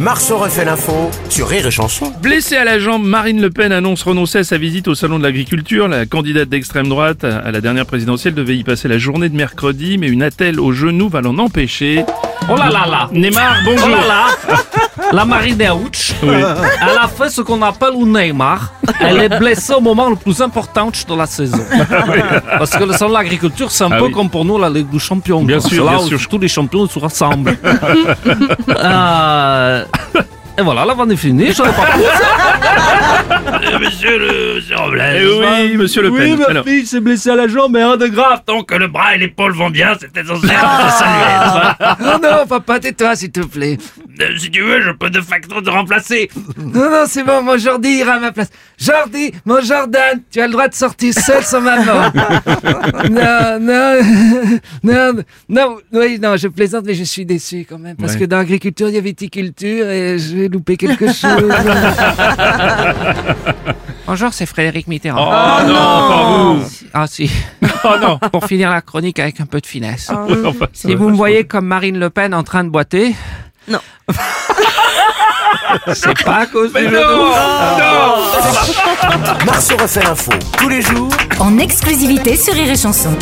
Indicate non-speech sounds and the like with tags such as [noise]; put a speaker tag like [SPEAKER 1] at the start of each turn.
[SPEAKER 1] Marceau refait l'info sur Rire et Chanson.
[SPEAKER 2] Blessée à la jambe, Marine Le Pen annonce renoncer à sa visite au Salon de l'Agriculture. La candidate d'extrême droite à la dernière présidentielle devait y passer la journée de mercredi, mais une attelle au genou va l'en empêcher.
[SPEAKER 3] Oh là là là
[SPEAKER 2] Neymar, bonjour
[SPEAKER 3] Oh là là La Marine Ouch, elle a fait ce qu'on appelle un Neymar. Elle est blessée au moment le plus important de la saison. Parce que le salon de l'agriculture, c'est un
[SPEAKER 2] Ah
[SPEAKER 3] peu
[SPEAKER 2] oui.
[SPEAKER 3] comme pour nous la Ligue des Champions.
[SPEAKER 2] Bien
[SPEAKER 3] quoi.
[SPEAKER 2] sûr,
[SPEAKER 3] C'est là
[SPEAKER 2] bien
[SPEAKER 3] où
[SPEAKER 2] sûr.
[SPEAKER 3] tous les champions
[SPEAKER 2] [laughs]
[SPEAKER 3] se rassemblent. Euh, Et voilà, la vanne est finie, j'en ai
[SPEAKER 2] [laughs]
[SPEAKER 3] pas plus.
[SPEAKER 4] Monsieur le monsieur Robles.
[SPEAKER 2] Eh oui, monsieur Le Pen. Alors,
[SPEAKER 3] fille s'est blessée à la jambe, mais rien de grave.
[SPEAKER 4] Tant que le bras et l'épaule vont bien, c'est essentiel de saluer.
[SPEAKER 2] Ah.
[SPEAKER 3] [laughs] Non, non, papa, tais-toi, s'il te plaît.
[SPEAKER 4] Euh, Si tu veux, je peux de facto te remplacer.
[SPEAKER 3] Non, non, c'est bon, mon Jordi ira à ma place. Jordi, mon Jordan, tu as le droit de sortir seul sans maman.
[SPEAKER 2] [laughs]
[SPEAKER 3] non, non, [laughs] non, non, oui, non, je plaisante, mais je suis déçu quand même. Parce
[SPEAKER 2] Ouais.
[SPEAKER 3] que dans l'agriculture, il y a viticulture et j'ai loupé quelque chose.
[SPEAKER 2] [laughs]
[SPEAKER 3] Bonjour, c'est Frédéric Mitterrand.
[SPEAKER 2] oh non, pas vous.
[SPEAKER 3] Ah si, [laughs]
[SPEAKER 2] Oh non.
[SPEAKER 3] pour finir la chronique avec un peu de finesse. Si vous me voyez comme Marine Le Pen en train de boiter.
[SPEAKER 5] Non.
[SPEAKER 3] [laughs] C'est pas à cause du jeu de mots.
[SPEAKER 1] Marceau refait l'info tous les jours
[SPEAKER 6] en exclusivité sur Rire et Chanson.